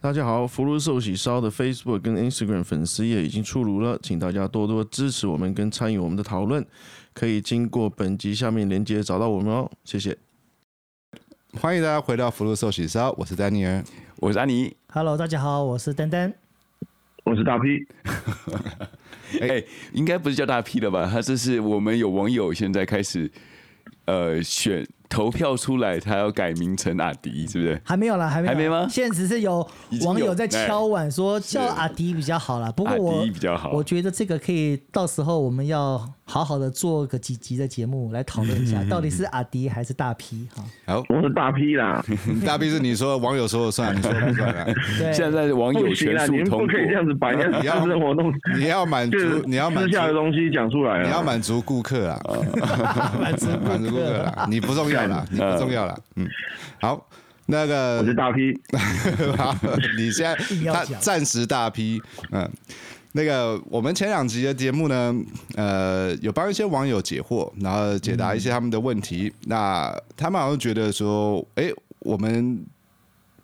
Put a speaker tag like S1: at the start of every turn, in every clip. S1: 大家好，福禄寿喜烧的 Facebook 跟 Instagram 粉丝页已经出炉了，请大家多多支持我们跟参与我们的讨论，可以经过本集下面链接找到我们哦，谢谢。
S2: 欢迎大家回到福禄寿喜烧，我是丹尼尔。
S3: 我是安妮。
S4: Hello，大家好，我是丹丹。
S5: 我是大 P，
S3: 哎、应该不是叫大 P 了吧？他这是我们有网友现在开始呃选投票出来，他要改名成阿迪，是不是？
S4: 还没有啦，还没有啦
S3: 还没吗
S4: 现在只是有
S3: 已经有哎
S4: 网友在敲碗说叫阿迪比较好啦。不过
S3: 阿
S4: 我
S3: 迪比较好
S4: 我觉得这个可以到时候我们要好好的做个几集的节目来讨论 一下，到底是阿迪还是大 P 哈？
S2: 好，
S5: 我是大 P 啦，
S2: 大 B 是你说网友说了算，你说了不算 啊？
S3: 现
S4: 对，
S3: 在网
S5: 不
S3: 友
S5: 行啊
S3: 全
S5: 啦，你
S3: 数
S5: 们
S3: 通
S5: 不
S3: 过
S5: 可以这样子把人家
S2: 你要
S5: 私生活弄，
S2: 你要满
S5: 就
S2: 足
S5: 是，
S2: 你要满
S5: 私
S2: 足
S5: 下，的东西讲出来
S2: 你要
S5: 啊。
S2: 满足顾客 啦，
S4: 满足
S2: 满足顾客啦，你不重要啦，你不重要啦。嗯，好，那
S5: 我
S2: 个
S5: 是大 P，
S2: 好，你现在
S4: 硬要
S2: 他
S4: 讲
S2: 暂时大批，嗯，那个我们前两集的节目呢，呃，有帮一些网友解惑，然后解答一些他们的问题。那他们好像觉得说，哎、我们。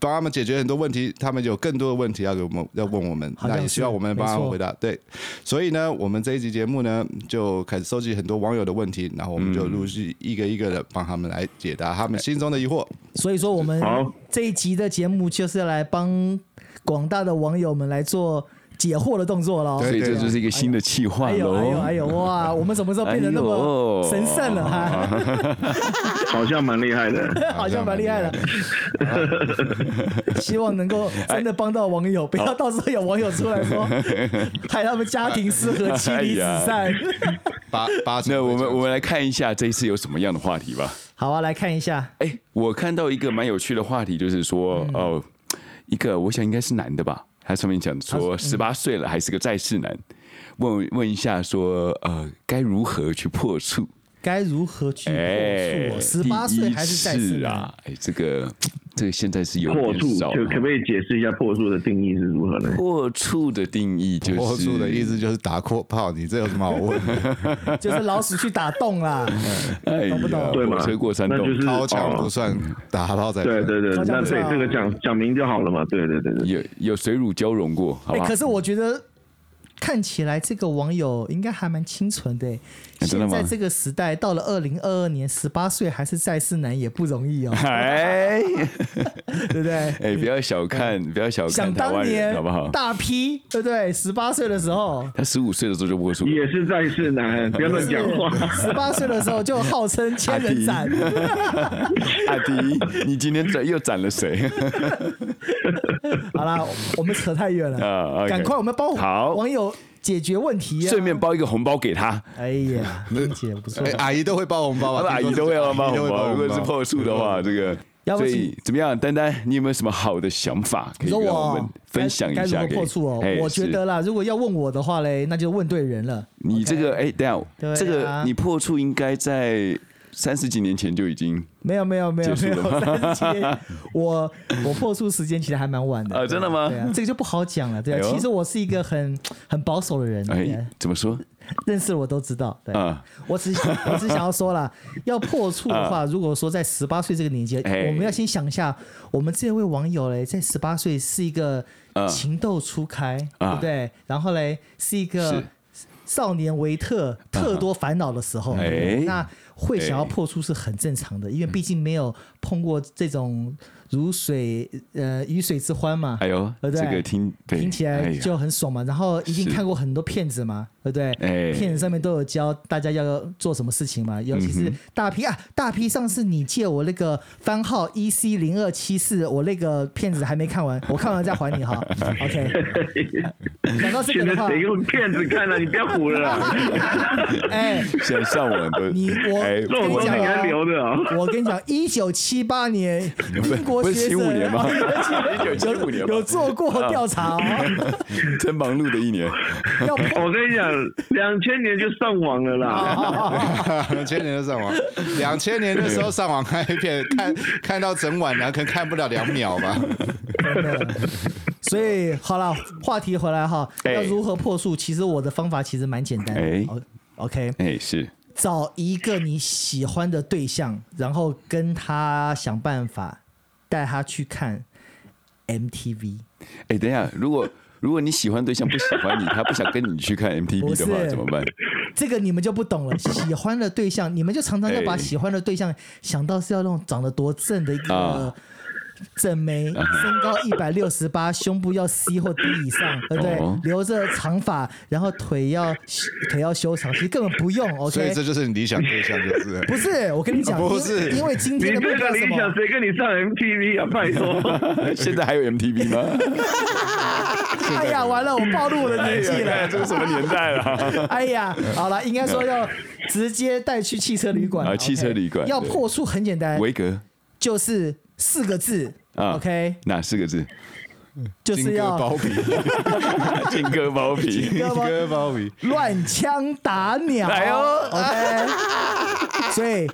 S2: 帮他们解决很多问题，他们有更多的问题要给我们，要问我们，
S4: 好像
S2: 那也
S4: 是
S2: 希望我们帮他
S4: 没
S2: 们
S4: 错
S2: 回答。对，所以呢，我们这一集节目呢，就开始收集很多网友的问题，然后我们就
S4: 嗯
S2: 陆续一个一个的帮他们来解答他们心中的疑 惑。
S4: 所以说我们
S5: 好
S4: 这一集的节目就是来帮广大的网友们来做解惑的动作喽。
S3: 所以这就是一个新的企划
S4: 哎呦哎呦哎
S3: 喽。
S4: 呦哇！我们什么时候变得那么
S3: 哎呦
S4: 神圣了哈？
S5: 好像蛮厉害的。
S4: 好像蛮厉害的， 希望能够真的帮到网友，不要到时候有网友出来 说，害他们家庭失和、妻离子
S3: 哎
S4: 散。
S2: 八八成
S3: 那我
S5: 哎
S2: 会这
S3: 们
S2: 样
S3: 我们来看一下这一次有什么样的话题吧。
S4: 好啊，来看一下，
S3: 哎、我看到一个蛮有趣的话题，就是说，
S5: 嗯
S3: 哦，一个我想应该是男的吧，他上面讲说
S5: 嗯
S3: 十八岁了还是个在世男，问问一下说，呃，该如何去破处？
S4: 该如何去
S3: 哎，
S4: 破处？十八岁还是在
S3: 第一
S4: 世
S3: 次
S4: 啊？
S3: 啊？哎，这个这个现在是有
S5: 破
S3: 点
S5: 处
S3: 少
S5: 可可不可以解释一下破处的定义是如何呢？
S3: 破处的定义就是
S2: 破处的意 思就是打扩炮，你这有什么好问？
S4: 就是老鼠去打洞啊啦。
S3: 哎呀，
S4: 懂不懂
S5: 对嘛
S3: 火车过山
S5: 那
S3: 洞，
S5: 就是
S2: 掏墙不
S5: 哦，
S2: 算，打炮才
S5: 对
S2: 算。
S5: 对对，
S4: 掏墙
S5: 那
S4: 不算
S5: 对
S4: 啊
S5: 这个讲讲明就好了嘛。对对对对，
S3: 有有水乳交融过， 好
S4: 哎、
S3: 吧？
S4: 可是我觉得看起来这个网友应该还蛮清纯的、欸。
S3: 哎真的吗，
S4: 现在这个时代，到了二零二二年，十八岁还是在世男也不容易哦
S3: 哎
S4: 对不对？
S3: 哎，不要小看，不要小
S4: 嗯想
S3: 看台
S4: 当
S3: 湾人，
S4: 年，
S3: 好不好？
S4: 大批，对不对？十八岁的时候，
S3: 他十五岁的时候就破 处了，
S5: 也是在 世男，不要乱讲话。
S4: 十八岁的时候就号称千人斩，
S3: 阿迪，你今天斩又斩了 谁？
S4: 好啦，我们扯太远
S3: 啊
S4: 了，
S3: ，OK
S4: 赶快我们帮
S3: 好
S4: 网友解决问题啊！
S3: 顺便包一个红包给他，
S4: 哎呀，玲姐不错
S2: 哎，，阿姨都会包红包啊
S4: 哦
S2: 吧？
S3: 阿姨都会要包红包。如果是破处的话，这个。
S4: 嗯要不
S3: 所
S4: 请
S3: 以怎么样，丹丹，你有没有什么好的想法可
S4: 你
S3: 以
S4: 说
S3: 让
S4: 我啊
S3: 我们分享一
S4: 该该
S3: 下
S4: 如何
S3: 给？
S4: 破处哦
S3: 哎，
S4: 我觉
S3: 是
S4: 得啦，如果要问我的话嘞，那就问对人了。
S3: 你这个
S4: OK
S3: 哎，等
S4: 对
S3: 下
S4: 啊
S3: 这个你破处应该在三十几年前就已经
S4: 没有没有没有
S3: 结
S4: 没
S3: 束
S4: 有，
S3: 了
S4: 三十七天，我我破处时间其实还蛮晚的
S3: 啊真的吗
S4: 对啊，这个就不好讲了。对啊
S3: 哎，呦
S4: 其实我是一个很很保守的人，对啊
S3: 哎，怎么说
S4: 认识我都知道。对，
S3: 啊？
S4: 我只 我只想要说啦，要破处的话，如果说在十八岁这个年纪，
S3: 哎
S4: 我们要先想一下，我们这位网友嘞，在十八岁是一个
S3: 啊
S4: 情窦初开，对
S3: 啊
S4: 不对？然后嘞是一个
S3: 是啊
S4: 少年维特特多烦恼的时候，
S3: 哎嗯
S4: 那会想要
S3: 哎
S4: 破处是很正常的，因为毕竟没有碰过这种如水呃鱼水之欢嘛。
S3: 哎呦，
S4: 对不对
S3: 这个听对
S4: 听起来
S3: 哎呀
S4: 就很爽嘛。然后一定
S3: 是
S4: 看过很多骗子嘛，对不对？
S3: 哎
S4: 骗子上面都有教大家要做什么事情嘛，尤其
S3: 嗯
S4: 是大 P、啊，大 P 上次你借我那个番号 E C 零二七四，我那个骗子还没看完，我看完再还你 哈。OK，讲到这
S5: 现
S4: 个的
S5: 在
S4: 话，
S5: 谁用骗子看啊了？你不要唬了啦，
S4: 哎，
S3: 现在上网都
S4: 你我
S3: 哎
S5: 这种
S4: 跟
S5: 东
S4: 你
S5: 西
S4: 讲
S5: 还留
S4: 啊。
S5: 的啊。
S4: 我跟你讲，一九七八年，英国
S3: 不
S4: 学
S3: 是
S4: 生啊
S3: 75年吗 1975年啊
S4: 有
S3: 吗
S4: 有做过调查哦、
S3: 真忙碌的一年，
S4: 要破
S5: 我跟你讲，两千年就上网了
S4: 哦
S5: 啦，
S2: 两 千年就上网，两千年的时候上网看一片，看 看到整晚，然后可能看不了两秒吧。
S4: 真的。所以好了，话题回来哈，
S3: 哎
S4: 要如何破处？其实我的方法其实蛮简单的。哦
S3: 哎
S4: o k
S3: 哎是
S4: 找一个你喜欢的对象，然后跟他想办法带他去看 MTV，
S3: 哎、等一下，如果如果你喜欢对象不喜欢你，他不想跟你去看 MTV 的
S4: 不
S3: 话，
S4: 是
S3: 怎么办？
S4: 这个你们就不懂了。喜欢的对象，你们就常常要把
S3: 哎
S4: 喜欢的对象想到是要那种长得多正的一个
S3: 啊
S4: 正妹，身高一百六十八，胸部要 C 或 D 以上，对不对
S3: 哦？
S4: 留着长发，然后腿要腿要修长，其实根本不用。
S2: 所以
S4: OK，
S2: 这就是你理想对象，就是了
S4: 不是，我跟你讲，
S2: 不
S4: 因为
S2: 是
S4: 因为今
S5: 你
S4: 天的目
S5: 这个
S4: 标是什
S5: 理想
S4: 么？
S5: 谁跟你上 MTV 啊？拜托，
S3: 现在还有 MTV 吗？
S4: 哎呀，完了，我暴露我的年纪了。
S3: 哎这是什么年代啊了？
S4: 哎呀，好了，应该说要直接带去汽车旅馆
S3: 啊
S4: OK
S3: 汽车旅馆
S4: 要破处很简单，
S3: 维格
S4: 就是四个字。
S3: 啊
S4: OK，
S3: 哪四个字？
S4: 就
S2: 金
S4: 是
S2: 戈
S4: 要
S2: 包皮，
S3: 金戈包皮。
S2: 金戈包皮，
S4: 乱枪打鸟。
S3: 哎呦
S4: OK，所以。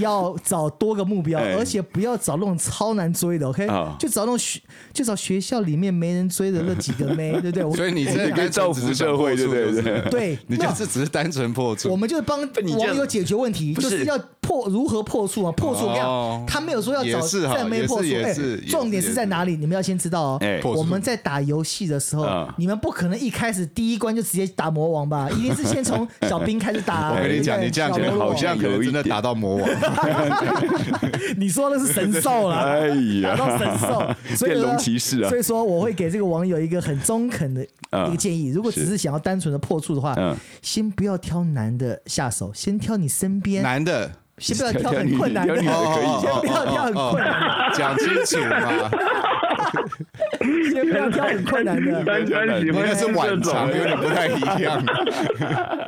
S4: 要找多个目标，
S3: 哎
S4: 而且不要找那种超难追的，OK？、
S3: 啊
S4: 就找那种学，就找学校里面没人追的那几个妹，对不对？我
S2: 所以你这
S3: 可以造福社会对不对
S4: 对
S2: 你
S4: 那
S2: 就是只是单纯破
S4: 我
S2: 处，
S4: 们就是帮
S3: 你这样
S4: 网友解决问题，
S3: 不
S4: 就是是要破如何破处啊？破处我跟你
S2: 哦
S4: 讲，他没有说要
S2: 也
S4: 找
S2: 是哈
S4: 赞
S2: 也
S4: 美
S2: 是
S4: 破处，
S2: 也
S4: 哎
S2: 是也
S4: 重点
S2: 是
S4: 是
S2: 也
S4: 在
S2: 是
S4: 哪里？你们要先知道哦
S3: 哎。
S2: 破处
S4: 我们在打游戏的时候
S3: 啊，
S4: 你们不可能一开始第一关就直接打魔王吧？一定是先从小兵开始打 啊。
S2: 我跟你讲，
S4: 对不对
S2: 你这样
S4: 小
S2: 讲
S4: 喽啰
S2: 好像可能真的打到魔王，
S4: 你说的是神兽 啦，
S3: 哎呀
S4: 打到神兽，所以呢
S3: 变龙骑士啊
S4: 所以说我会给这个网友一个很
S2: 啊
S4: 中肯的
S3: 嗯
S4: 一个建议，如果只是想要单纯的破处的话
S3: 嗯，
S4: 先不要挑男的下手，先挑你身边，
S2: 男的
S4: 先不要挑很困难的，
S3: 挑
S4: 哦
S3: 女的可以
S4: 先不要挑很困难的，
S2: 讲清楚嘛，
S4: 先不要挑很困难 的，
S5: 单单喜
S2: 你
S5: 欢
S2: 那是
S5: 这
S2: 晚
S5: 种
S2: 长，有点不太一样。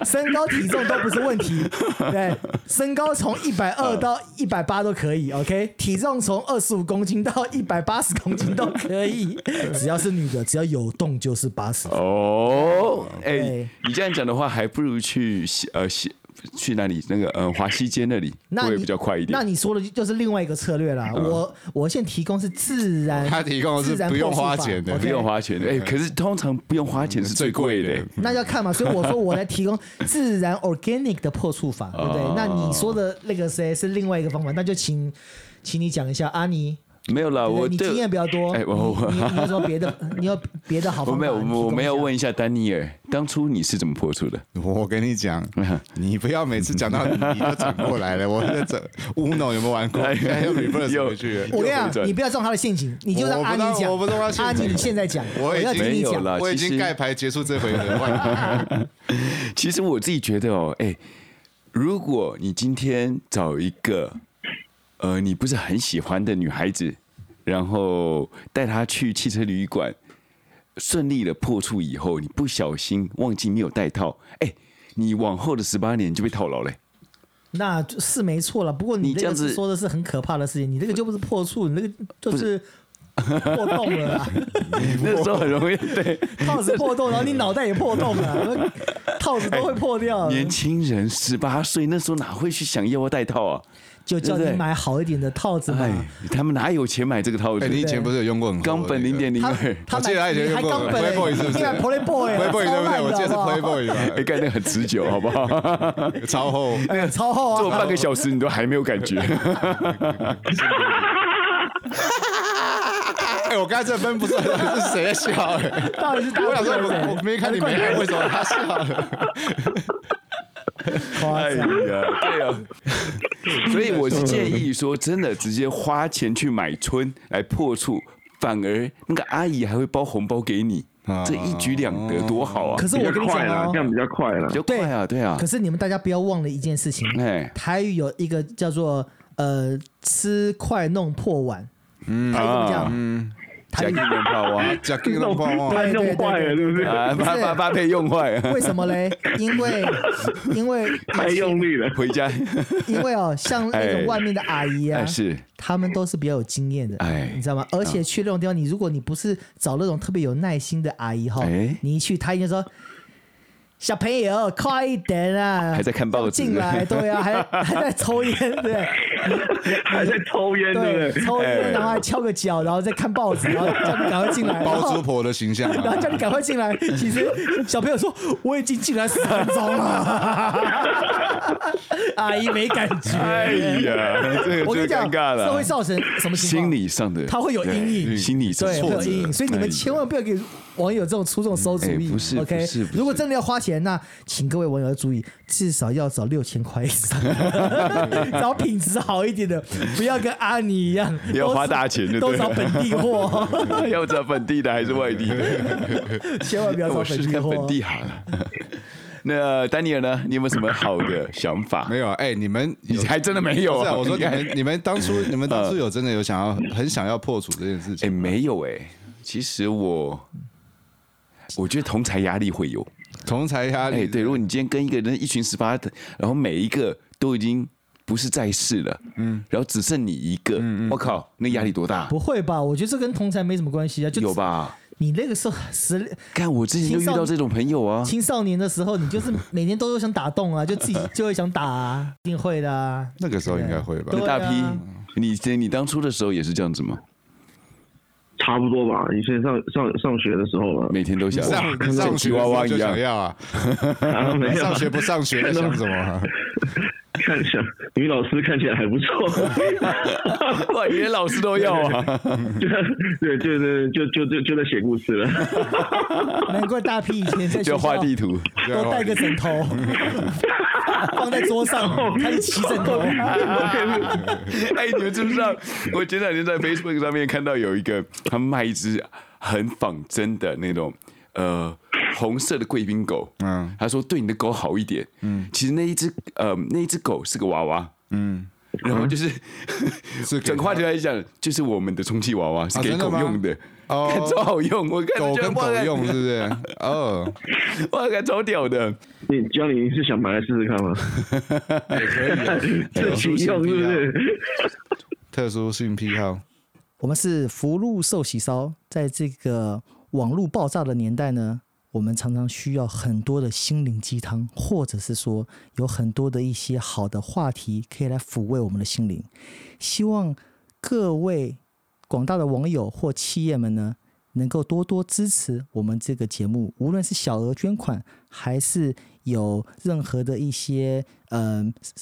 S4: 身高体重都不是问题，对，身高从一百二到一百八都可以，OK，体重从二十五公斤到一百八十公斤都可以，只要是女的，只要有动就是八十。
S3: 哦，哎、
S4: 对
S3: 你这样讲的话，还不如去西呃西去那里那个呃华西街那里，
S4: 那
S3: 会
S4: 你
S3: 比较快一点
S4: 那。你说的就是另外一个策略啦。我我现在提供是自然，
S2: 他提供的是
S4: 自然
S2: 不用
S4: 破
S2: 花
S4: 处法
S2: 钱的
S4: OK
S3: 不用花钱的，哎、可是通常不用花钱是最贵的、
S4: 那要看嘛，所以我说我来提供自然 organic 的破处法，对不对？
S3: 啊
S4: 那你说的那个谁是另外一个方法，那就请请你讲一下阿尼，
S3: 没有啦，
S4: 对不对
S3: 啊我
S4: 你
S3: 对
S4: 经验比较多，
S3: 哎、我
S4: 你
S3: 我
S4: 你你有什么别的？你有别的好
S3: 我
S4: 方法？
S3: 没有，
S4: 哦你提供
S3: 我我们要
S4: 一下
S3: 问一下丹尼尔，当初你是怎么破处的？
S2: 我跟你讲，你不要每次讲到你就转过来了，我在整 Uno 有没有玩过？
S3: 哎
S2: 现在又 reverse
S3: 又
S2: 回去了。
S4: 我
S3: 回
S4: 跟你讲，
S3: 转
S4: 你不要中他的陷阱，你就让
S2: 我
S4: 阿
S2: 不
S4: 尼
S2: 当
S4: 讲。
S2: 我不中他陷阱
S4: 阿尼，你现在讲，
S2: 我
S4: 我
S2: 已
S4: 要
S2: 经
S4: 听你
S3: 没有
S4: 讲。
S3: 啦
S2: 我已经盖牌结束这回合，换
S3: 其实我自己觉得哦，哎、如果你今天找一个呃你不是很喜欢的女孩子，然后带她去汽车旅馆，顺利的破处以后，你不小心忘记没有带套，哎、你往后的十八年就被套 牢嘞、
S4: 那是没错了，不过你
S3: 你
S4: 这
S3: 这
S4: 个
S3: 样子
S4: 是说的是很可怕的事情，你这个就不是破处，你那个就是破洞了啊啦，
S3: 那时候很容易对
S4: 套子破洞，然后你脑袋也破洞了，套子都会破掉。
S3: 年轻人十八岁那时候哪会去想要不要带套 啊？
S4: 就叫你
S3: 对不对
S4: 买好一点的啊套子嘛
S3: 哎。，他们哪有钱买这个套
S2: 哎，你以
S3: 子？
S2: 前不是有用过很
S3: 冈本零点零
S4: 他
S3: 二。
S4: 他
S2: 我记得他
S4: 买
S2: 以前
S4: 你还
S2: 用过
S4: 冈本嘞
S2: Playboy 是不是
S4: 你买 Playboy 啊
S2: Playboy 对
S4: 超
S2: 不对？
S4: 烂
S2: 我记得是
S4: 的好不好
S2: Playboy
S3: 哎、
S2: 吧，
S3: 干那个很持久，好不 好？
S2: 超厚。
S4: 哎超厚
S3: 做
S4: 啊！
S3: 半个小时你都还没有 感觉，
S2: 哎，我刚才这分不出来是谁在笑，哎，
S4: 到底是大
S2: 我想
S4: 家
S2: 说
S4: 是谁
S2: 我我没看你没看，为什么他笑了？
S4: 夸
S3: 哎呀，
S4: 张
S3: 对啊， 所以我是建议说，真的直接花钱去买春来破处，反而那个阿姨还会包红包给你，这一举两得多好啊！
S4: 啊可是
S5: 比
S4: 我
S5: 较
S4: 跟你
S5: 快
S4: 讲
S5: 啦，
S4: 哦
S5: 这，样比较快啦
S3: 比。较快啊，对啊
S4: 可，是你们大家不要忘了一件事情，
S3: 哎
S4: 台语有一个叫做呃吃快弄破碗，
S3: 嗯
S4: 台语怎么
S3: 啊
S4: 讲？台
S3: 加
S4: 语
S3: 一元炮啊，
S2: 假给人夸我
S5: 他用坏了，是不是？
S3: 啊，
S4: 不是
S3: 把把把被用坏 了，
S4: 为什么嘞？因为因为
S5: 太用力了，
S3: 回家，
S4: 因为哦，像那种
S3: 哎
S4: 外面的阿姨啊，
S3: 哎是
S4: 他们都是比较有经验的，
S3: 哎
S4: 你知道吗？而且去那种地方，你如果你不是找那种特别有耐心的阿姨哈
S3: 哎，
S4: 你一去，她应该说。小朋友，快一点啊！
S3: 还在看报纸
S4: 进来，对 啊，还还在抽烟，对，
S5: 还在抽烟
S4: 对
S5: 对，不对？
S4: 抽
S3: 哎
S4: 烟，然后还敲个脚，然后再看报纸，然后叫你赶快进 来，然
S2: 包租
S4: 后
S2: 婆的形象、
S4: 然
S2: 啊
S4: 后，叫你赶快进来。其实小朋友说我已经进来十分钟 了， 阿姨没感
S3: 哎
S4: 觉。
S3: 呀，这
S4: 我
S3: 个
S4: 跟
S3: 就
S4: 你讲，
S3: 尴尬
S4: 这
S3: 了
S4: 会。造成什么情况
S3: 心？理上的，
S4: 他会有阴影，
S3: 对心理上
S4: 对会
S3: 挫
S4: 有
S3: 折
S4: 阴影，所以你们千万不要给网友这种出这种馊主意。
S3: 哎不是
S4: o k
S3: 不是不是
S4: 如果真的要花钱，那请各位网友要注意，至少要找六千块以上， 找品质好一点的，不要跟阿尼一样，
S3: 要
S4: 都
S3: 花
S4: 是
S3: 大钱就对
S4: 都找
S3: 了
S4: 本地货，
S3: 要找本地的还是外 地的？
S4: 千万不要找
S3: 我
S4: 本
S3: 试
S4: 地
S3: 试看
S4: 货。
S3: 本地好了。 那丹尼尔呢？你有没有什么好的想法？
S2: 没有啊？哎、你们
S3: 你还真的没有
S2: 不是、
S3: 啊？
S2: 啊，我说你
S3: 看
S2: 们你们当初你们当初有真的有想要很想要破除这件事
S3: 嗯哎、
S2: 情吗？
S3: 没有哎、其实我，我觉得同才压力会有。
S2: 同才压
S3: 哎、
S2: 力，
S3: 对，如果你今天跟一个人一群十八的，然后每一个都已经不是在世了，嗯，然后只剩你一
S2: 嗯
S3: 个，我靠，那压力多大？
S4: 不会吧？我觉得这跟同才没什么关系啊，就
S3: 有？吧？
S4: 你那个时候十
S3: 看我之前就遇到这种朋友啊，
S4: 青少年的时候，你就是每天都想打洞啊，就自己就会想打啊，一定会 的啊。
S2: 那个时候应该会吧？
S4: 对啊
S3: 大批。你你当初的时候也是这样子吗？
S5: 差不多吧。以前上上上学的时候了，
S3: 每天都想
S2: 上
S3: 哇
S2: 你上
S3: 像
S2: 学
S3: 吉娃娃
S2: 的时候
S3: 一
S2: 就
S3: 样
S2: 想，要啊，
S5: 啊，没有
S2: 上
S5: 啊，
S2: 学不上学在想什么 啊、
S5: 看起来女老师看起来还不 错，
S3: 哇，连老师都要 啊！
S5: 对对对，就就就就在写故事了。
S4: 难怪大批以前在学
S3: 就
S4: 校
S3: 画地图，
S4: 都带个枕头放在桌上，开始起 枕
S3: 哦
S4: 头。
S3: 哎，你们知不知道？我前两天在 Facebook 上面看到有一个，他卖一只很仿真的那种呃红色的贵宾狗，嗯
S2: 嗯，
S3: 他说对你的狗好一点，嗯，其实那一只呃那一只狗是个娃娃，嗯。然后就是，
S2: 是给
S3: 整个话题来讲，就是我们的充气娃娃是
S2: 嗯啊
S3: 给
S2: 真的
S3: 狗
S2: 吗
S3: 用的，
S2: 哦
S3: 看 超好用，我看
S2: 狗
S3: 觉得
S2: 跟狗
S3: 哇看
S2: 用是不是？哦，
S3: 哇，看超屌的，
S5: 你教你是想买来试试看吗？
S2: 特
S4: 哎
S5: 这
S2: 殊
S5: 挺
S2: 性
S5: 用是
S2: 癖
S5: 不
S2: 好，
S5: 是？
S2: 啊特殊性癖好，
S4: 我们是福禄寿喜烧，在这个网络爆炸的年代呢，我们常常需要很多的心灵鸡汤，或者是说有很多的一些好的话题可以来抚慰我们的心灵。希望各位广大的网友或企业们呢，能够多多支持我们这个节目，无论是小额捐款，还是有任何的一些嗯、呃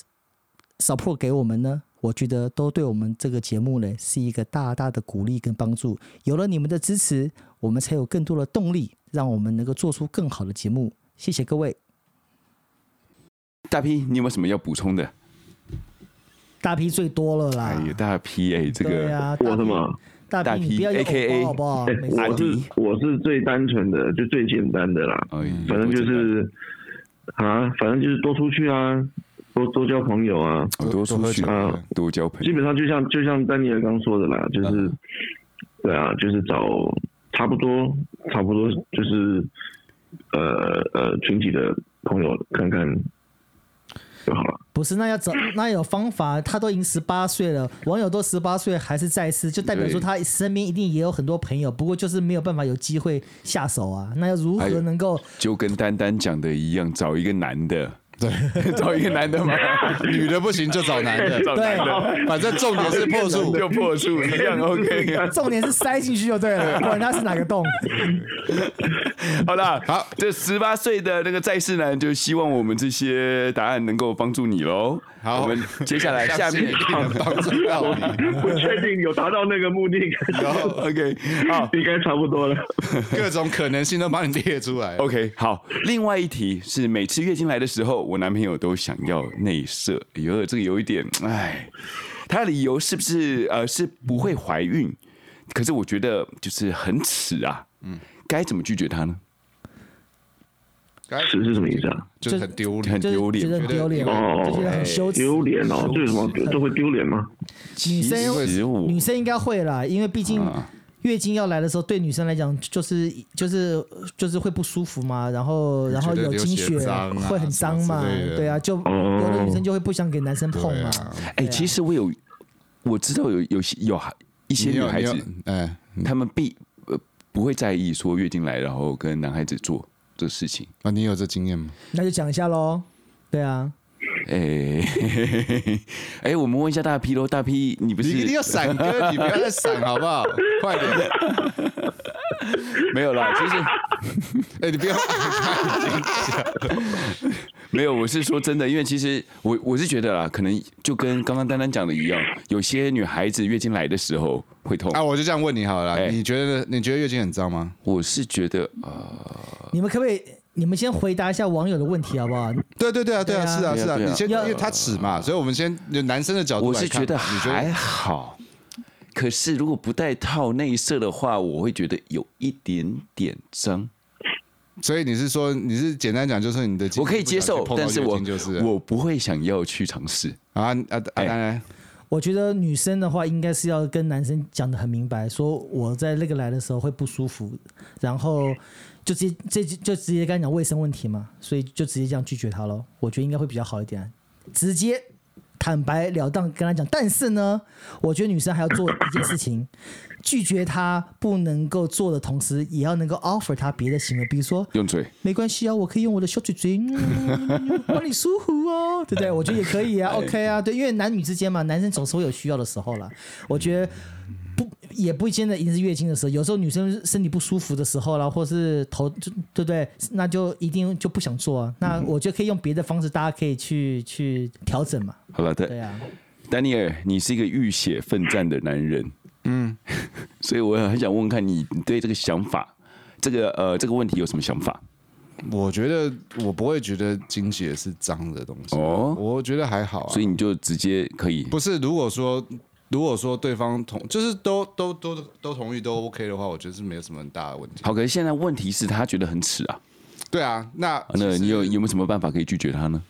S4: support 给我们呢，我觉得都对我们这个节目呢是一个大大的鼓励跟帮助。有了你们的支持，我们才有更多的动力，让我们能够做出更好的节目。谢谢各位，
S3: 大 P，你有没有什么要补充的？
S4: 大 P 最多了
S2: 啊
S4: 啦
S3: 哎，呀，大 P，哎，这
S4: 对
S3: 个
S4: 啊，
S5: 我什么？
S4: 大
S3: 大
S4: P，大
S3: P，
S4: 你不要有
S3: AKA
S4: 偶包好不好？
S5: 哎
S4: 没事
S5: 我是我是最单纯的，就最简单的啦。
S3: 哎呀
S5: 嗯反正就是啊，反正就是多出去啊，多多交朋友啊。
S3: 我多
S2: 多
S3: 出
S2: 喝
S3: 去
S2: 酒
S5: 啊
S3: 多交朋
S5: 基
S3: 友，
S5: 本上就像就像丹尼尔刚说的啦，就是、对啊，就是找差不多差不多就是呃呃群体的朋友看看就好了。
S4: 不是，那要找那有方法。他都已经十八岁了，网友都十八岁还是在世，就代表说
S3: 对
S4: 他身边一定也有很多朋友，不过就是没有办法有机会下手啊。那要如
S3: 哎
S4: 何
S3: 呦
S4: 能够
S3: 就跟丹丹讲的一样，找一个男的，对， 找一个男 的嘛，
S2: 女的不行就找男的，
S3: 找男的，
S2: 反正重点是破 处。
S3: 就破处一样 OK。
S4: 重点是塞进去就对了，管他是哪个 洞。
S3: 好啦，
S2: 好，
S3: 这十八岁的那个在世男，就希望我们这些答案能够帮助你喽。
S2: 好
S3: 我们接下来下
S2: 下面
S3: 面
S2: 一。定能帮助到你，
S5: 我确定有达到那个 目的，
S3: OK，好，
S5: 应该差不多了。
S2: 各种可能性都帮你列出来。
S3: OK，好。另外一题是，每次月经来的时候，我男朋友都想要内射。哎呦，这个有一点，哎，他的理由是不是呃是不会怀孕？可是我觉得就是很耻啊。嗯，该怎么拒绝他呢？
S2: 该
S5: 是是什么意思啊？
S2: 就是很丢
S3: 很
S2: 脸，
S3: 丢
S4: 就是觉得
S3: 脸。哎
S4: 很丢脸，
S5: 哦
S4: 就觉得很羞耻。
S5: 丢脸哦，这有什么这会丢脸吗？
S4: 女
S3: 其实
S4: 生
S3: 我
S4: 女生应该会啦，因为毕竟
S2: 啊
S4: 月经要来的时候，对女生来讲就是就是就是会不舒服嘛，然后然后有经血
S2: 流血脏啊
S4: 会很脏嘛
S2: 什么之类，的
S4: 对啊，就
S5: 哦
S4: 有的女生就会不想给男生碰嘛
S2: 对。啊
S3: 哎、其实我有我知道有有些有一些
S2: 你
S3: 女
S2: 有
S3: 孩子，，
S2: 你有哎，
S3: 她们必呃不会在意说月经来，然后跟男孩子做。这事情。
S2: 啊，你有这经验吗？
S4: 那就讲一下喽。对啊，
S3: 哎 哎，我们问一下大 P 喽，大 P 你不
S2: 你
S3: 是
S2: 一定要闪哥，你不要再闪好不 好？快点！
S3: 没有啦，其实
S2: 哎、你 不要，
S3: 没有，我是说真的，因为其实我我是觉得啦，可能就跟刚刚丹丹讲的一样，有些女孩子月经来的时候会痛，
S2: 啊，我就这样问你好了啦。
S3: 哎
S2: 你觉得你觉得月经很脏吗？
S3: 我是觉得
S2: 啊
S3: 呃，
S4: 你们可不可以？你们先回答一下网友的问题好不好？
S2: 对对对啊，对啊，
S4: 对啊
S2: 是啊
S3: 对啊
S2: 是啊。
S3: 对啊
S2: 你先，因
S4: 要
S2: 为他尺嘛，所以我们先就男生的角度
S3: 我
S2: 来
S3: 是
S2: 看
S3: 觉得
S2: 你觉
S3: 还
S2: 得
S3: 好。可是如果不带套内射的话，我会觉得有一点点脏。
S2: 所以你是说你是简单讲，就是你的
S3: 我可以接受
S2: 不，小
S3: 但是
S2: 心碰到
S3: 我
S2: 月经就是
S3: 我不会想要去尝试。
S2: 啊啊啊！当
S3: 哎
S2: 然，
S4: 我觉得女生的话，应该是要跟男生讲的很明白，说我在那个来的时候会不舒服，然后就直接这就直接跟他讲卫生问题嘛，所以就直接这样拒绝他喽。我觉得应该会比较好一点，直接坦白了当跟他讲。但是呢，我觉得女生还要做一件事情，拒绝他不能够做的同时，也要能够 offer 他别的行为，比如说
S3: 用嘴，
S4: 没关系啊，我可以用我的小嘴嘴， 嗯让你舒服哦，对不对？我觉得也可以啊，OK 啊，对，因为男女之间嘛，男生总是会有需要的时候啦。我觉得不也不见得一定是月经的时候，有时候女生身体不舒服的时候啦，或是头就对不对？那就一定就不想做啊。那我觉得可以用别的方式，大家可以去去调整嘛。
S3: 好了，丹
S4: 对啊，
S3: 丹尼尔，你是一个浴血奋战的男人，嗯， 所以我很想问问看你你对这个想法，这个呃这个问题有什么想法？
S2: 我觉得我不会觉得经血是脏的东西，
S3: 哦
S2: 我觉得还好、啊。
S3: 所以你就直接可以
S2: 不是，如果说如果说对方同就是都都都都同意都 OK 的话，我觉得是没有什么很大的问题。
S3: 好，可是现在问题是他觉得很耻啊，
S2: 对啊，那
S3: 那
S2: 其实
S3: 你有有没有什么办法可以拒绝他呢？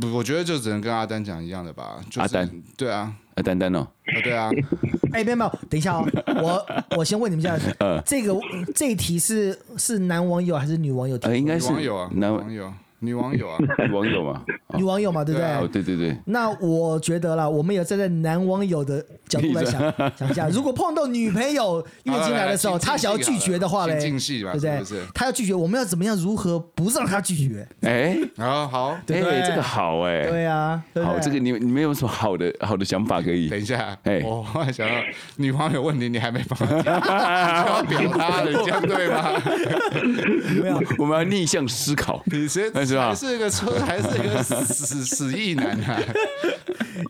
S2: 不我觉得就只能跟阿丹讲一样的吧，就是
S3: 阿丹
S2: 对啊，
S3: 啊，丹丹哦，
S2: 啊对 啊，
S4: 哎，没有没有，等一下哦，我 我先问你们一下，这个这一题是是男网友还是女网友提
S3: 呃，
S4: 的？
S3: 应该
S2: 女
S3: 是
S2: 网友啊，女
S3: 男
S2: 网友，女网 友啊，
S3: 网友嘛，
S4: 女网友嘛，对不对
S3: 哦，？对对对，
S4: 那我觉得啦，我们也站在男网友的角度 来想想一下，如果碰到女朋友月经来的时候，
S2: 好
S3: 啊
S2: 来来
S4: 他想要拒绝的话嘞，
S2: 情境戏吧
S4: 对不对？
S2: 是不是
S4: 他要拒绝，我们要怎么样？如何不让他拒绝？
S3: 哎
S2: 啊好，
S4: 不对
S3: 哎，这个好哎，
S4: 对啊，对不对
S3: 好，这个你你们有什么好的好的想法可以
S2: 等？一下，
S3: 哎
S2: 我忽然想到女网友问题，你还没帮他讲，你就要表达人家对 吗？
S4: 没有。
S3: 我们要逆向思考，
S2: 你是
S3: 是吧
S2: 还是个臭还是个死死意男 啊？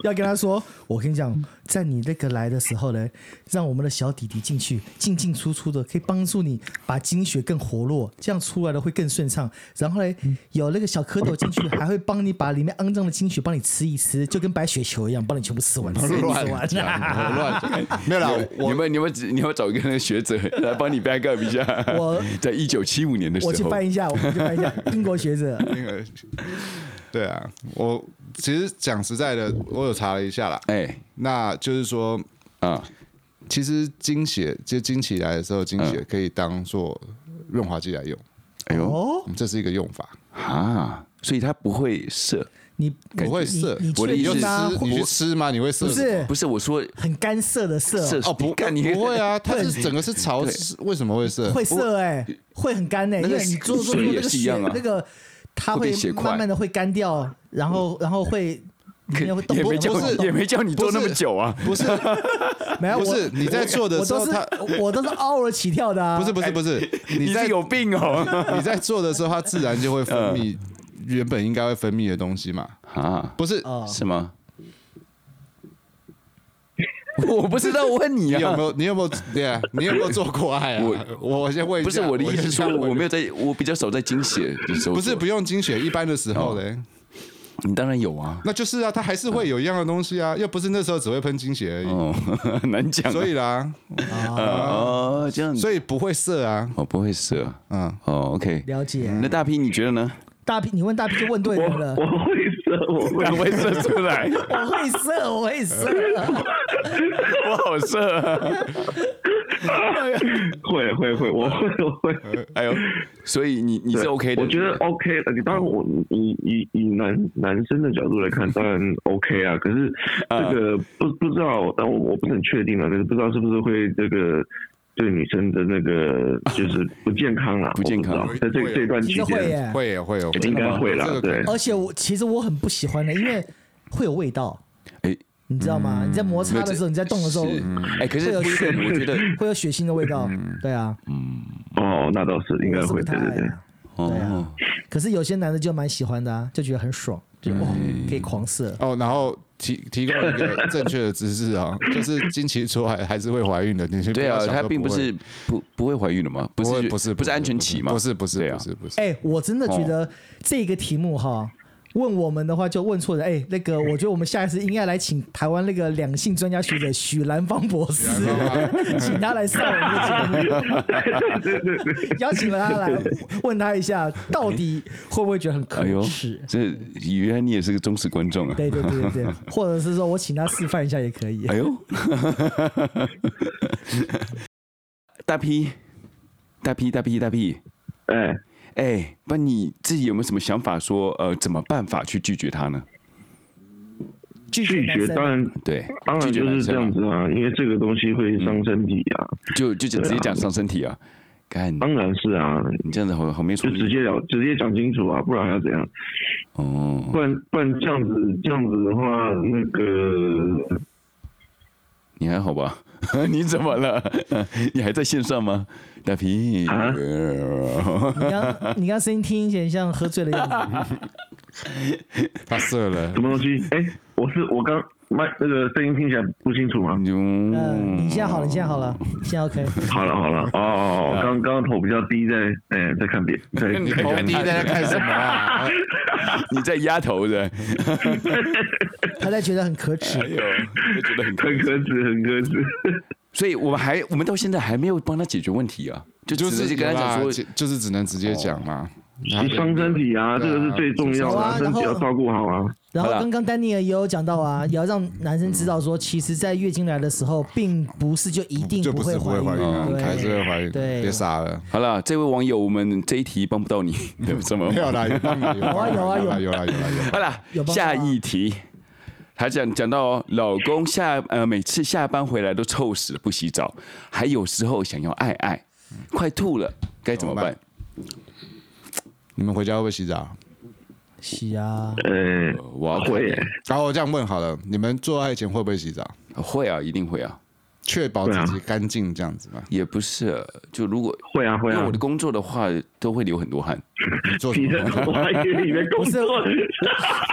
S4: 要跟他说，我跟你讲，在你那个来的时候呢，让我们的小弟弟进去，进进出出的，可以帮助你把经血更活络，这样出来的会更顺畅。然后呢，
S3: 嗯
S4: 有那个小蝌蚪进去，还会帮你把里面肮脏的经血帮你吃一吃，就跟白雪球一样，帮你全部吃完，吃完吃
S2: 乱啊
S4: 完。
S2: 讲，我乱讲，没有啦，
S3: 你们你们只你要找一个学 者来帮你 back up 一下。
S4: 我
S3: 在一九七五年的时
S4: 我去
S3: 候，
S4: 翻一下，我去 翻一下英国学者，
S2: 那个，对啊，我其实讲实在的，我有查了一下啦，
S3: 哎
S2: 那就是说，
S3: 啊，
S2: 其实经血就经期来的时候，经
S3: 嗯
S2: 血可以当做润滑剂来用，
S3: 哎呦
S4: 哦，
S2: 这是一个用法。
S3: 啊，所以他不会射，
S4: 你
S2: 不会涩
S4: 你你
S3: 我的
S4: 确
S2: 你就
S4: 定
S2: 吃
S4: 吗？，
S2: 你去吃吗？你会涩
S4: 不是
S3: 不是我说
S4: 很干涩的涩
S3: 射
S4: 哦，
S2: 哦，不，
S3: 干你
S2: 不会啊，它 是整个是潮湿，为什么会涩？
S4: 会涩哎，会很干哎，
S3: 那
S4: 因
S3: 个
S4: 为你做做做
S3: 水
S4: 那
S3: 也
S4: 个
S3: 是一
S4: 血
S3: 样啊
S4: 那个它
S3: 会
S4: 会
S3: 变血块
S4: 慢慢的会干掉，然后然后会里面会动
S3: 也
S4: 不
S3: 没
S4: 动
S3: 叫
S4: 不
S3: 你
S4: 动，
S3: 也没叫你做那
S2: 不
S3: 么
S2: 是
S3: 久啊，
S2: 不是，
S4: 没有
S2: 不
S4: 我
S2: 是你在做的
S4: 我
S2: 时候
S4: 都是
S2: 它
S4: 我都是嗷了起跳的啊，
S2: 不是，不是，不是，你
S3: 哎你
S2: 在
S3: 是有病 哦
S2: 你在做的时候，它自然就会分泌
S3: 嗯
S2: 原本应该会分泌的东西嘛。
S3: 啊，
S2: 不是，
S4: 啊，
S3: 是吗？我不知道问你
S2: 你有
S3: 啊
S2: 没，有你有没有对啊？你有没有做过爱啊？我我先问一下，
S3: 不是我的意思是说
S2: 先问
S3: 我没有在，我比较少在惊血的时候做，
S2: 不是不用经血，一般的时候嘞，
S3: 哦你当然有啊，
S2: 那就是啊，它还是会有一样的东西啊，又不是那时候只会喷经血而已，
S3: 哦， 难讲
S2: 嗯
S3: 啊，
S2: 所以啦，
S3: 哦这样，
S2: 所以不会射啊，
S3: 我不会射，
S2: 嗯，
S3: 哦，OK，
S4: 了解。
S3: 那大 P 你觉得呢？
S4: 大 P，你问大 P 就问对人了
S5: 我，会射，我会
S3: 我会射出 来，
S4: 我会涩，我会涩，
S3: 我好射啊。
S5: 会会会，我会我 会。
S3: 哎呦，所以你你是嗯
S5: 对
S3: OK 的，
S5: 我觉得
S3: 对不
S5: OK 的。你当然我以以以男男生的角度 来看，当然 OK 啊。可
S3: 嗯
S5: 是这个不不知道，但我我不是很确定啊。可是不知道是不是会这个。对女生的那个 就是不健康啦，
S3: 不健康
S5: 我不知道在这这段
S4: 其
S5: 期
S4: 实会
S5: 间，
S4: 耶，
S2: 会有会有，
S5: 应该会啦
S2: 这个可
S5: 对
S4: 而且我其实我很不喜欢的，因为会有味道，
S3: 哎
S4: 你知道吗？
S5: 嗯
S4: 你在摩擦的时候，你在动的时候，
S3: 是哎，可是
S4: 会有
S3: 不一定我觉得
S4: 会有血腥的味道，对啊，
S5: 哦，那倒是嗯应该
S4: 我是
S5: 会，
S4: 不太
S5: 对
S4: 爱
S5: 对对。
S4: 啊。对
S3: 哦
S4: 啊，可是有些男的就蛮喜欢的啊，就觉得很爽，就哇
S5: 嗯
S4: 可以狂射。
S2: 哦，然后提提供一个正确的姿势啊，就是经期出来还是会怀孕的，你先不
S3: 对
S2: 要
S3: 啊，
S2: 想说
S3: 她并
S2: 不
S3: 不
S2: 会
S3: 是不不会怀孕的嘛，不
S2: 不会
S3: 是
S2: 不是
S3: 不是安全期嘛，
S2: 不是不
S3: 对
S2: 是
S3: 啊
S2: 不是不是，
S4: 哎、我真的觉得这个题目哈，问我们的话就问错人。哎、那个，我觉得我们下一次应该来请台湾那个两性专家学者许兰芳博士， 请他来上我们的节目，邀请了他来，问他一下到底会不会觉得很可
S3: 哎呦
S4: 耻。，
S3: 这原来你也是个忠实观众啊！
S4: 对对对对对，或者是说我请他示范一下也可以。
S3: 哎呦，大 P，大 P，大 P，大 P，
S5: 哎，
S3: 哎，那你自己有没有什么想法说，呃，怎么办法去拒绝他呢？
S4: 拒绝
S5: 拒
S4: 男
S5: 绝
S4: 生
S5: 当然
S3: 对，
S5: 当然
S3: 拒绝
S5: 就
S3: 男
S5: 是这
S3: 生嗯
S5: 样
S3: 嘛，
S5: 子啊，因为这个东西会伤身体啊，
S3: 就就直接讲上身体啊！看
S5: 当然是啊，
S3: 你这样子好好没
S5: 就
S3: 创
S5: 直
S3: 意
S5: 接了直接讲清楚啊，不然还要怎样？
S3: 哦，
S5: 不然不然这样子这样子的话，那个
S3: 你还好吧？ 你怎么了？你还在线上吗？大 P，
S5: 啊
S4: 你刚你刚声音听起来像喝醉的样子，
S2: 他射 了
S5: 什，么东西？哎，我是我刚麦那个声音听起来不清楚吗？
S3: 你就
S4: 嗯，你现在好了，你现在好了，现在 OK。
S5: 好了好了，哦哦哦，
S3: 嗯
S5: 刚刚头比较低，在哎、在看别在
S2: 你头低在那看什么 啊？
S3: 你在压头的，
S4: 他在觉得很可耻
S3: 哎。呦，就觉得 很
S5: 很可耻很可耻，
S3: 所以我们还我们到现在还没有帮他解决问题啊，就
S2: 就
S3: 只
S2: 是啊
S3: 是跟他讲
S2: 有
S3: 说
S2: 啦，就就是只能直接讲嘛。他
S5: 你伤身体啊，这个是最重要的、
S4: 是啊
S5: 身体要照顾好啊。
S4: 然后
S3: 好啦
S4: 刚刚丹尼尔也有讲到啊，也要让男生知道说，其实，在月经来的时候，并不是就一定
S2: 就不
S4: 会
S2: 是不
S4: 怀哦
S2: 会怀孕啊，
S4: 对，
S2: 还是会怀孕，
S4: 对
S2: 别傻了。
S3: 好了，这位网友，我们这一题帮不到 你，对怎么
S2: 没？有啦，有帮你有帮 你
S4: 有啊有啊
S2: 有啦有啦有啦有啦。
S3: 好了
S4: 有，帮到
S3: 下
S4: 啊
S3: 一题。他讲讲到哦老公下呃每次下班回来都臭死了，不洗澡，还有时候想要爱爱，快吐了，该怎么办？
S2: 你们回家会不会洗澡？
S4: 洗啊，
S5: 呃，
S3: 呃我要
S5: 会、欸，
S2: 然哦后我这样问好了，你们做爱前会不会洗澡？
S3: 会啊，一定会啊，
S2: 确保
S5: 对啊
S2: 自己干净这样子嘛？
S3: 也不是呃就如果
S5: 会啊会
S3: 因为
S5: 啊
S3: 我的。工作的话都会流很多 汗，
S2: 你做什
S5: 你
S2: 么
S5: 的
S2: 工作？
S5: 我还以为你在工作，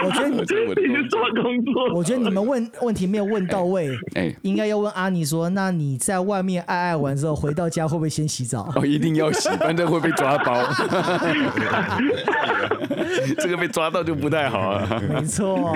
S4: 我觉得你，
S3: 这啊是我的
S5: 你
S3: 工
S5: 是
S3: 作
S5: 做工作。
S4: 我觉得你们问问题没有问到位，
S3: 哎。
S4: 应该要问阿尼说，那你在外面爱爱完之后，回到家会不会先洗澡？
S3: 哦，一定要洗，反正会被抓包。 这个被抓到就不太好啊，
S4: 没错，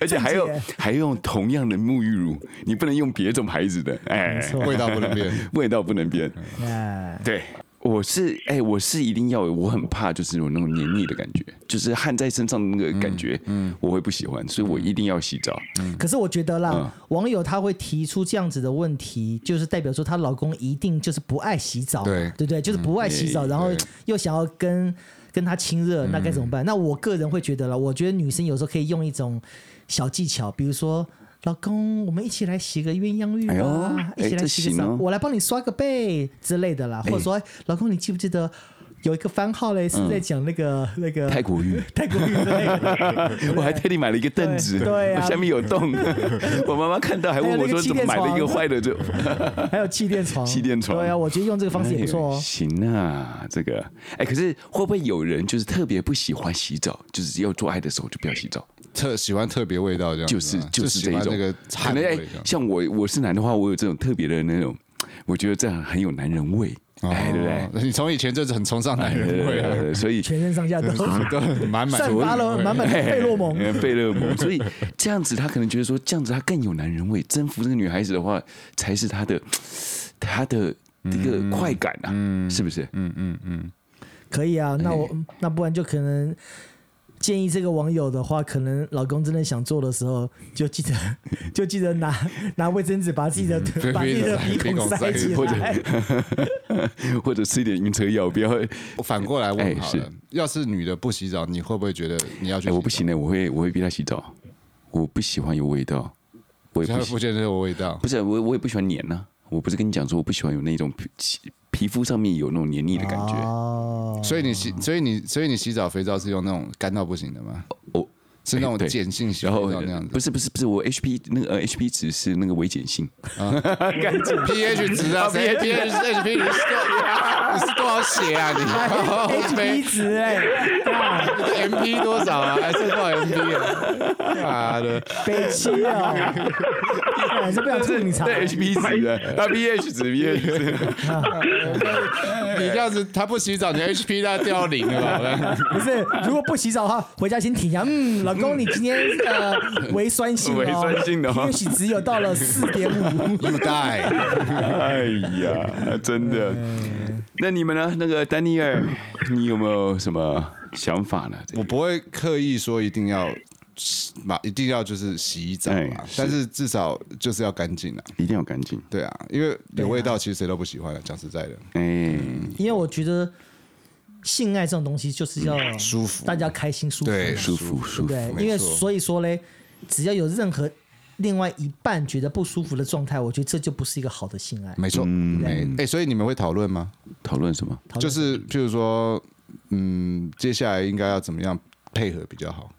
S3: 而且还有
S4: 正
S3: 还用同样的沐浴乳，你不能用别种牌子的，哎
S4: 没， 错，
S2: 味道不能变。
S3: 味道不能变。
S4: 哎，
S3: 对，我是哎、我是一定要，我很怕就是有那种黏腻的感觉，就是汗在身上的那个感觉，我会不喜欢，所以我一定要洗澡。
S4: 可是我觉得
S3: 嗯
S4: 啦，网友他会提出这样子的问题，就是代表说她老公一定就是不爱洗澡，
S2: 对
S4: 对不
S3: 嗯
S4: 对？就是不爱洗澡，然后又想要跟跟他亲热，
S3: 嗯
S4: 那该怎么办？那我个人会觉得啦，我觉得女生有时候可以用一种小技巧，比如说。老公，我们一起来洗个鸳鸯浴
S3: 哎呦
S4: 啊！一起
S3: 哎
S4: 来
S3: 这
S4: 洗个
S3: 行
S4: 澡，
S3: 哦
S4: 我来帮你刷个背之类的啦。或者说，哎老公，你记不记得有一个番号嘞，是在讲那个、那个
S3: 嗯泰国浴，。
S4: 泰国浴之类的
S3: 我还特地买了一个凳子，
S4: 对对啊
S3: 我下面有洞。 我妈妈看到还问我说怎么买了一个坏的就。
S4: 还有气垫床，
S3: 气垫床
S4: 对啊，我觉得用 这个方式也不错
S3: 哎
S4: 哦。
S3: 行啊，这个哎，可是会不会有人就是特别不喜欢洗澡，就是要做爱的时候就不要洗澡，
S2: 特喜欢特别味道这样子
S3: 就
S2: 吗，
S3: 是
S2: 嗯就是喜
S3: 这一
S2: 欢
S3: 种
S2: 那个
S3: 可
S2: 汗
S3: 能
S2: 味
S3: 哎
S2: 这样，
S3: 像我我是男的话，我有这种特别的那种，我觉得这样很有男人味，哎，对不对？
S2: 哦
S3: 哎
S2: 对？你从以前就是很崇尚男人味啊，
S3: 呃所以
S4: 全身上下都
S2: 都很满满
S4: 散发了满满的 贝洛蒙。
S3: 哎费洛蒙，所以这样子他可能觉得说，这样子他更有男人味，征服这个女孩子的话，才是他的他的这个快感啊，是不是？
S4: 可以啊，那我那不然就可能建议这个网友的话，可能老公真的想做的时候，就记得 就记得拿拿卫生纸把自己的
S2: 对
S4: 把自己的
S2: 鼻
S4: 鼻
S2: 孔
S4: 孔
S2: 塞
S4: 塞起
S3: 或者
S4: 来。
S3: 或者吃一点晕车药，不要。
S2: 我反过来问好
S3: 哎
S2: 了
S3: 是，
S2: 要是女的不洗澡，你会不会觉得你要去洗
S3: 哎，
S2: 澡？
S3: 我不行的，我会我会逼她洗澡，我不喜欢有味道，我也
S2: 她
S3: 不
S2: 啊会
S3: 哦喜啊
S2: 不见这个味道
S3: 不。是我我也不喜欢黏呢、啊我不是跟你讲说我不喜欢有那种皮皮肤上面有那种黏腻的感觉，
S4: 哦，
S2: 所以你洗，所以你，所以你洗澡肥皂是用那种干到不行的吗？
S3: 哦，
S2: 是那种
S3: 哎对
S2: 碱性洗
S3: 然后
S2: 肥皂那样子
S3: 不是不是不是，我 HP 那个呃 HP 值是那个微碱性，
S2: ？pH 值
S3: 哦
S2: 啊谁，pH H P 你是多，你是多少血啊？ 你
S4: HP 值哎，
S2: M P 多少啊？还是多少 M P 啊？妈的！
S4: 悲戚啊！哎还是不想吐你槽。
S3: 对 HP 值啊的，它 pH 值 pH 值。
S2: 你这样子，他不洗澡，你 H P 那掉零了 吧？
S4: 不是，如果不洗澡的话，回家先挺一下。嗯，老公，你今天呃微酸性哦，
S3: 微酸性的哦
S4: pH 值有到了四点 五。
S2: You die！
S3: 哎呀，真的。那你们呢？那个丹尼尔，你有没有什么想法呢？
S2: 我不会刻意说一定要洗嘛，一定要就是洗澡嘛
S3: 哎，是
S2: 但是至少就是要干净啊。
S3: 一定要干净。
S2: 对啊，因为有味道，其实谁都不喜欢的。啊讲实在的，
S3: 哎，
S4: 因为我觉得性爱这种东西就是要
S2: 舒服
S4: 大家开心舒服，
S2: 对，
S3: 舒服舒
S4: 对不
S3: 服。
S4: 对？
S2: 没
S4: 因为
S2: 错
S4: 所以说嘞，只要有任何另外一半觉得不舒服的状态，我觉得这就不是一个好的性爱。
S3: 嗯
S2: 没错，没哎，所以你们会讨论吗？
S3: 讨论什么？
S4: 讨论
S2: 就是譬如说，嗯，接下来应该要怎么样配合比较好？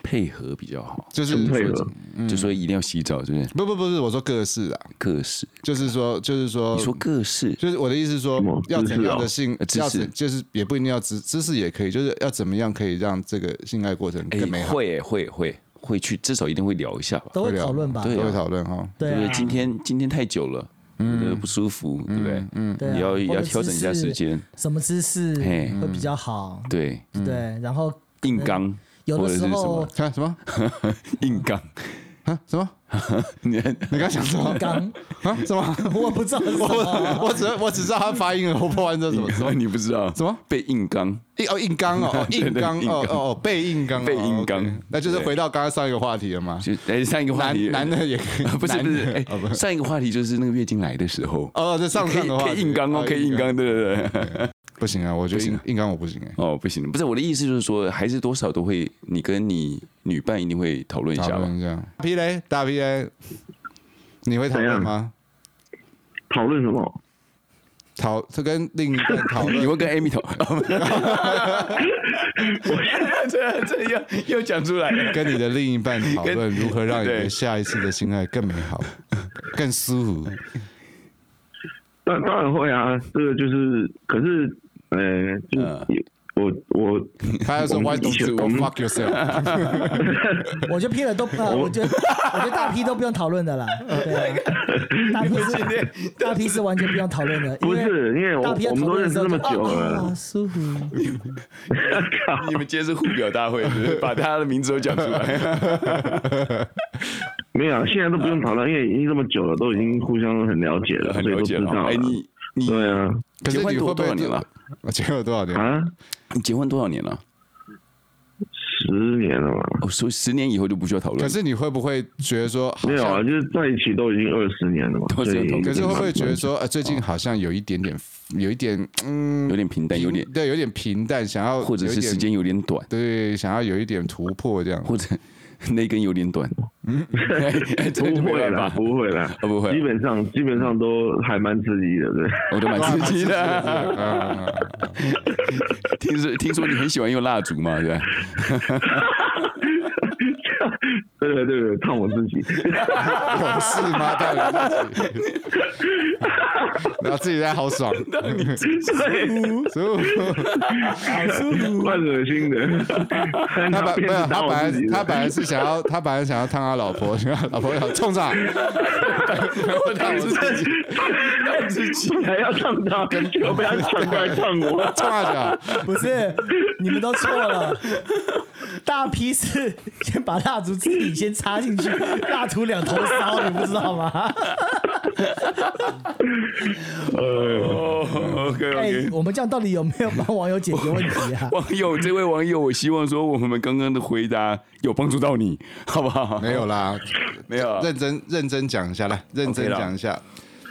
S3: 配合比较好，
S2: 就是
S5: 配合
S3: 就说一定要洗澡，对不对？
S2: 不不不是，我说各式啊，
S3: 各式，
S2: 就是说，就是说，
S3: 你说各式，
S2: 就是我的意思是说
S5: 什么，
S2: 要
S5: 姿势
S2: 怎样的
S5: 哦
S2: 性
S3: 呃，姿
S2: 要
S3: 势
S2: 怎就是也不一定要姿姿势也可以，就是要怎么样可以让这个性爱过程
S3: 哎
S2: 更美，好，
S3: 会哎会会会去，至少一定会聊一下吧，
S4: 都会讨论吧？
S3: 对
S2: 都
S3: 啊
S2: 会讨论哦哈。
S4: 对
S3: 对不
S4: 啊
S3: 对？今天今天太久了，觉得不舒服，对不对？嗯，
S4: 对啊
S3: 也要也
S4: 或
S3: 要
S4: 者
S3: 调整一下
S4: 姿势
S3: 时间，
S4: 什么姿势
S3: 嘿嗯
S4: 会比较好？
S3: 对，
S4: 对不对，然后
S3: 硬刚
S4: 有
S3: 或
S4: 的
S3: 者
S4: 时
S3: 是什
S4: 候
S3: 么
S2: 看什么
S3: 硬刚，
S2: 啊？什么？
S3: 你
S2: 你刚想什 么
S4: 刚
S2: 啊？什么？
S4: 我不知道是什么。
S2: 我只我只知道他发音了，我不知道你知道什么。
S3: 你不知道
S2: 什么
S3: 被硬刚？
S2: 硬 哦硬刚哦，哦硬刚
S3: 对硬
S2: 哦
S3: 刚
S2: 哦哦被硬 刚哦
S3: 被硬刚
S2: OK 那就是回到刚刚上一个话题了嘛。
S3: 就哎，上一个话题，
S2: 男男的也可以
S3: 不是
S2: 男
S3: 不
S2: 的
S3: 是，
S2: 哦
S3: 哎，上一个话题就是那个月经来的时候，
S2: 哦，这上
S3: 可
S2: 上
S3: 以
S2: 个话
S3: 可以
S2: 题
S3: 硬刚哦，可以硬，
S2: 哦
S3: 刚，对对 对。
S2: 不行啊，我觉得
S3: 不行
S2: 硬
S3: 啊
S2: 硬刚我不行哎，
S3: 哦，不行，不是我的意思就是说，还是多少都会，你跟你女伴一定会讨论一
S2: 欸讨
S3: 下吧
S2: 论。一下。大 P 嘞，大 P 嘞，你会讨论吗？
S5: 讨论什么？
S2: 讨这跟另一半讨
S3: 哦 你
S2: 论，
S3: 会跟 Amy 讨论？这这又又讲出来 了。
S2: 跟你的另一半讨论
S3: 跟
S2: 如何让你的
S3: 对
S2: 下一次的性爱更美好、 更舒服。
S5: 当当然会啊，这个就是，可是，呃，就
S3: 嗯
S5: 是我我
S2: 他要说
S5: 我
S2: Why
S5: 们
S2: don't
S5: 以前
S2: you
S5: 我们
S2: fuck yourself？
S4: 我觉得 Peter 都不，呃我觉得我觉得大 P 都不用讨论的啦。对 啊，大 P 是大 P 是完全不用讨论的，
S5: 不
S4: 因为
S5: 是因为我
S4: 大 P 要
S5: 我们
S4: 讨
S5: 都
S4: 论
S5: 认
S4: 的时
S5: 识
S4: 候就
S5: 那么久
S4: 哦
S5: 了
S4: 哦，舒服。
S3: 你们今天是互表大会，是不是把大家的名字都讲出 来。
S5: 没有啊，现在都不用讨论，因为已经这么久了，都已经互相很了解了，
S3: 嗯很
S5: 所以
S3: 了
S5: 都
S3: 解
S5: 知
S3: 了
S5: 道
S3: 哦。
S5: 了
S3: 哎，。你你
S5: 对啊，
S2: 可是
S3: 结婚
S2: 你
S3: 多
S2: 会不
S3: 多
S2: 会
S3: 少年了？嗯
S2: 我结婚有多少年？
S5: 啊，
S3: 你结婚多少年了？
S5: 十年了嘛，
S3: 哦，所以十年以后就不需要讨论。
S2: 可是你会不会觉得说，好
S5: 没有啊，
S2: 像
S5: 就是在一起都已经二十年了嘛，
S3: 都
S5: 所
S3: 是有
S5: 以
S3: 同居
S2: 可是会不会觉得说，呃，最近好像有一点点，有一点，嗯，
S3: 有点平淡，有点
S2: 平对，有点平淡，想要
S3: 或
S2: 嗯
S3: 者
S2: 有一
S3: 是
S2: 点
S3: 时间有点短，
S2: 对，想要有一点突破 这样。
S3: 或者那根有点短。嗯，这就
S5: 不
S3: 没
S5: 会
S3: 办
S5: 啦，
S3: 法，
S5: 不会啦，
S3: 哦不会
S5: 基本上基本上都还蛮刺激的，对。
S3: 我都蛮刺激的。
S2: 嗯，
S3: 听说听说你很喜欢用蜡烛嘛，对吧？
S5: 对对对对，看我自己，
S2: 我是吗？到底自己， 然后自己在好爽， 舒服。
S5: 蛮恶心的。
S2: 他
S5: 他
S2: 本没有，他本来他本
S5: 来
S2: 来是想要，他本来想要烫他老婆， 然后老婆想冲上，
S3: 我当时自己，当自己。
S5: 还要唱他，结果被他抢过来唱我。
S2: 冲上去啊，
S4: 不是，你们都错了。大 P 是先把蜡烛自己先插进去，蜡烛两头烧，你不知道 吗？
S3: 哦，OK
S4: 哎、
S3: OK。
S4: 我们这样到底有没有帮网友解决问题 啊？
S3: 网友，这位网友，我希望说我们刚刚的回答有帮助到你，好不好？
S2: 没有啦，
S3: 没有啊，
S2: 认真认真讲一下来，认真
S3: OK 啦
S2: 讲一下，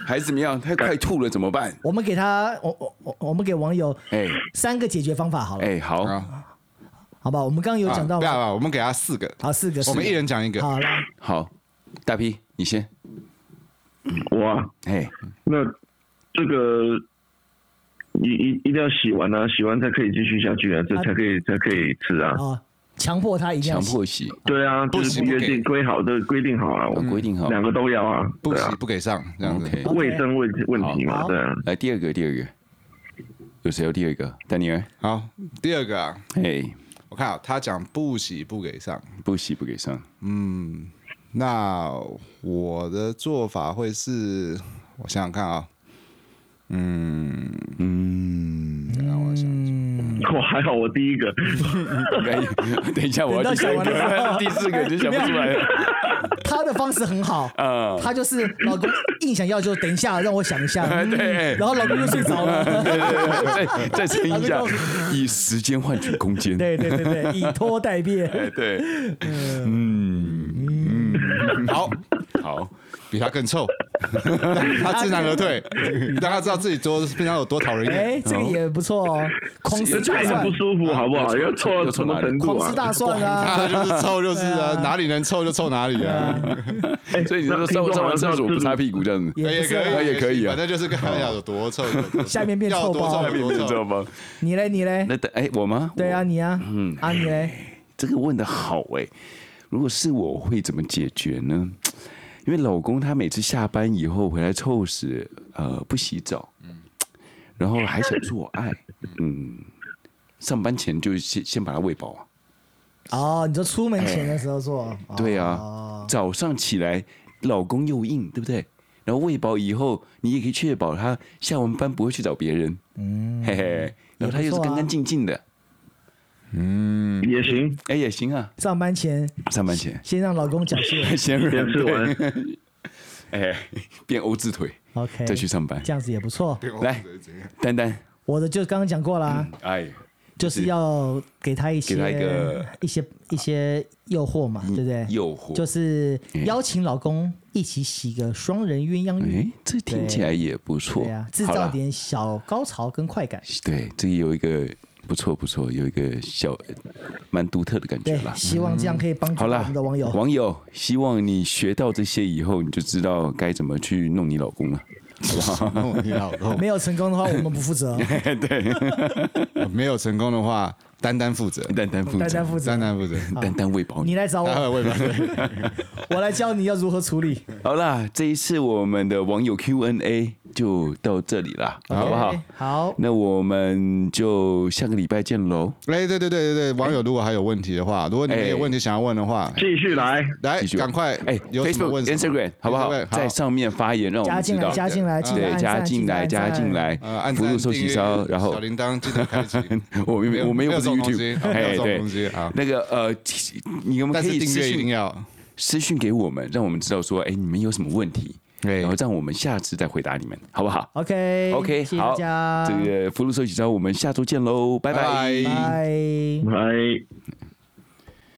S3: 还是怎么样？他快吐了怎么办？
S4: 我们给他，我我我我们给网友
S3: 哎
S4: 三个解决方法好了，
S3: 哎，好，
S2: 啊，
S4: 好吧？我们刚刚有讲到
S2: 啊不要
S4: 吗？
S2: 吧，我们给他四个，
S4: 好，四个，
S2: 我们一人讲一个，
S4: 好了，
S3: 好，大 P 你先。
S5: 我啊，
S3: 嘿，
S5: 那这个一一一定要洗完啊，洗完才可以继续下去啊，这才可以、才可以吃啊。
S4: 啊，强迫他一定要
S3: 强
S4: 洗
S3: 迫洗，
S5: 对啊，
S2: 不
S5: 就是
S2: 洗不
S5: 约
S2: 给
S5: 定规好的规定好啊，我
S3: 我嗯规定好。
S5: 两个都要啊，
S2: 不
S5: 对啊
S2: 洗，不给上这样子。
S3: OK，
S4: OK
S5: 卫生问题问题嘛，
S4: 好
S5: 对啊。
S3: 来第二个，第二个，有谁有第二个？丹尼尔，
S2: 好，第二个啊，
S3: 嘿，
S2: 我看啊，他讲不洗不给上，
S3: 不洗不给上，
S2: 那我的做法会是，我想想看啊，嗯嗯，让我想一下
S5: 我还好，我第一个，
S3: 应该 等一下我要第三
S4: 等到想完
S3: 个
S4: 了，
S3: 第四个就想不出 来了。
S4: 他的方式很好，
S3: 嗯
S4: 他就是老公硬想要就等一下让我想一下，嗯
S3: 对
S4: 然后老公就睡着 了。
S3: 再再撑一下
S4: 他就告诉，
S3: 以时间换取空间。
S4: 对对对对，以 拖代变。
S3: 哎对，嗯嗯，好好，
S2: 比他更臭， 他知难而 退，让他知道自己多平常有多讨人厌。
S4: 哎，这个也不错哦，狂吃大
S5: 很
S4: 蒜
S5: 不，舒服，好不好？要臭到什么程度
S4: 狂
S5: 啊
S4: 吃？大蒜
S2: 他
S4: 啊！
S2: 就是臭，就是
S4: 哎
S2: 啊，哪里能臭就臭哪里啊，
S3: 所以你就说
S5: 那听
S3: 上
S5: 众
S3: 上完厕所
S5: 好像
S3: 不擦屁股这样 子，
S4: 也
S2: 也
S4: 不是
S2: 哎可
S4: 啊
S2: 以，
S3: 也可以啊
S2: 反正就是看一下有多臭，有多臭
S4: 下面变
S2: 要
S4: 臭
S2: 多臭
S4: 包
S2: 有，多
S3: 你知道
S2: 臭。
S3: 吗？
S4: 你嘞你嘞
S3: 那，嗯等哎我吗？
S4: 对啊
S3: 我，
S4: 你啊，啊你 嘞，
S3: 这个问的好哎，如果是我我会怎么解决呢？因为老公他每次下班以后回来臭死，呃，不洗澡，
S4: 嗯
S3: 然后还想做爱，嗯，上班前就先先把他喂饱啊。
S4: 哦，你说出门前的时候做，哦
S3: 对啊，早上起来老公又硬，对不对？然后喂饱以后，你也可以确保他下完班不会去找别人，嗯，嘿嘿，然后他又是干干净净的，
S4: 啊
S5: 也行，
S3: 哎、也行啊，
S4: 上班前
S3: 上班 前
S4: 先让老公缴 械
S3: 先忍
S5: 先吃完，
S3: 哎、变 O 字腿
S4: ，OK，
S3: 再去上班
S4: 这。样子也不错。
S3: 来，丹丹，
S4: 我的就刚刚讲过啦，
S3: 哎，
S4: 就是要给他一些
S3: 给他一个嗯
S4: 些一些诱惑嘛，对不对？
S3: 诱惑
S4: 就是邀请老公一起洗个双人鸳鸯
S3: 哎、
S4: 浴，
S3: 这听起来也不错，
S4: 对啊，制
S3: 好
S4: 造
S3: 啦
S4: 点小高潮跟快感。
S3: 对，这有一个不错不错，有一个小蛮独特的感觉
S4: 对
S3: 啦，。
S4: 希望这样可以帮助
S3: 好
S4: 我
S3: 啦，
S4: 们的网友。
S3: 网友，希望你学到这些以后，你就知道该怎么去弄你老公 了。
S2: 弄你老公
S4: 没有成功的话，我们不 负责，
S3: 嗯
S2: 没有成功的话，丹丹负责，
S3: 丹丹负
S4: 大
S3: 责
S4: 家，负责
S2: 丹。丹负责，
S3: 丹丹喂饱
S4: 你
S3: 你。
S4: 来找
S2: 他会
S4: 我，
S2: 喂饱。
S4: 我来教你要如何处理。
S3: 好啦，这一次我们的网友 Q&A 就到这里啦，好不好
S4: OK，？好，
S3: 那我们就下个礼拜见喽。
S2: 哎，对对对对对，网友如果还有问题的话，如果你们有问题想要问的话，
S5: 继续来，
S2: 来
S3: 哎继续
S2: 赶快，
S3: 哎
S2: 有什么问
S3: ，Facebook、
S2: 什么哎
S3: Instagram 好不好
S2: Facebook，？
S3: 在上面发言，让我
S4: 加
S3: 们
S4: 进
S3: 知
S4: 来，
S3: 道。
S4: 加进来，记得
S3: 对，
S4: 按
S3: 加
S4: 赞
S3: 进来，加进。来
S2: 啊呃，按，
S3: 辅
S2: 赞、
S3: 助收
S2: 订
S3: 洗
S2: 阅
S3: 烧，然后
S2: 小铃铛记得开 启。
S3: 我们我们又
S2: 没有这
S3: 不是
S2: 种东西
S3: YouTube，
S2: 啊没有
S3: 哎，
S2: 这种
S3: 对
S2: 东西啊，
S3: 那个呃，其你们
S2: 但
S3: 可
S2: 是
S3: 以
S2: 订
S3: 私
S2: 阅一
S3: 信
S2: 定要，
S3: 私讯给我们，让我们知道说，哎，你们有什么问题，
S2: 对
S3: 然后让我们下次再回答你们，好不好
S4: OK
S3: ？OK，
S4: 谢谢
S3: 好
S4: 大，家，
S3: 这个福禄寿喜烧，我们下周见喽，拜拜
S2: 拜拜
S4: 拜。
S5: 来。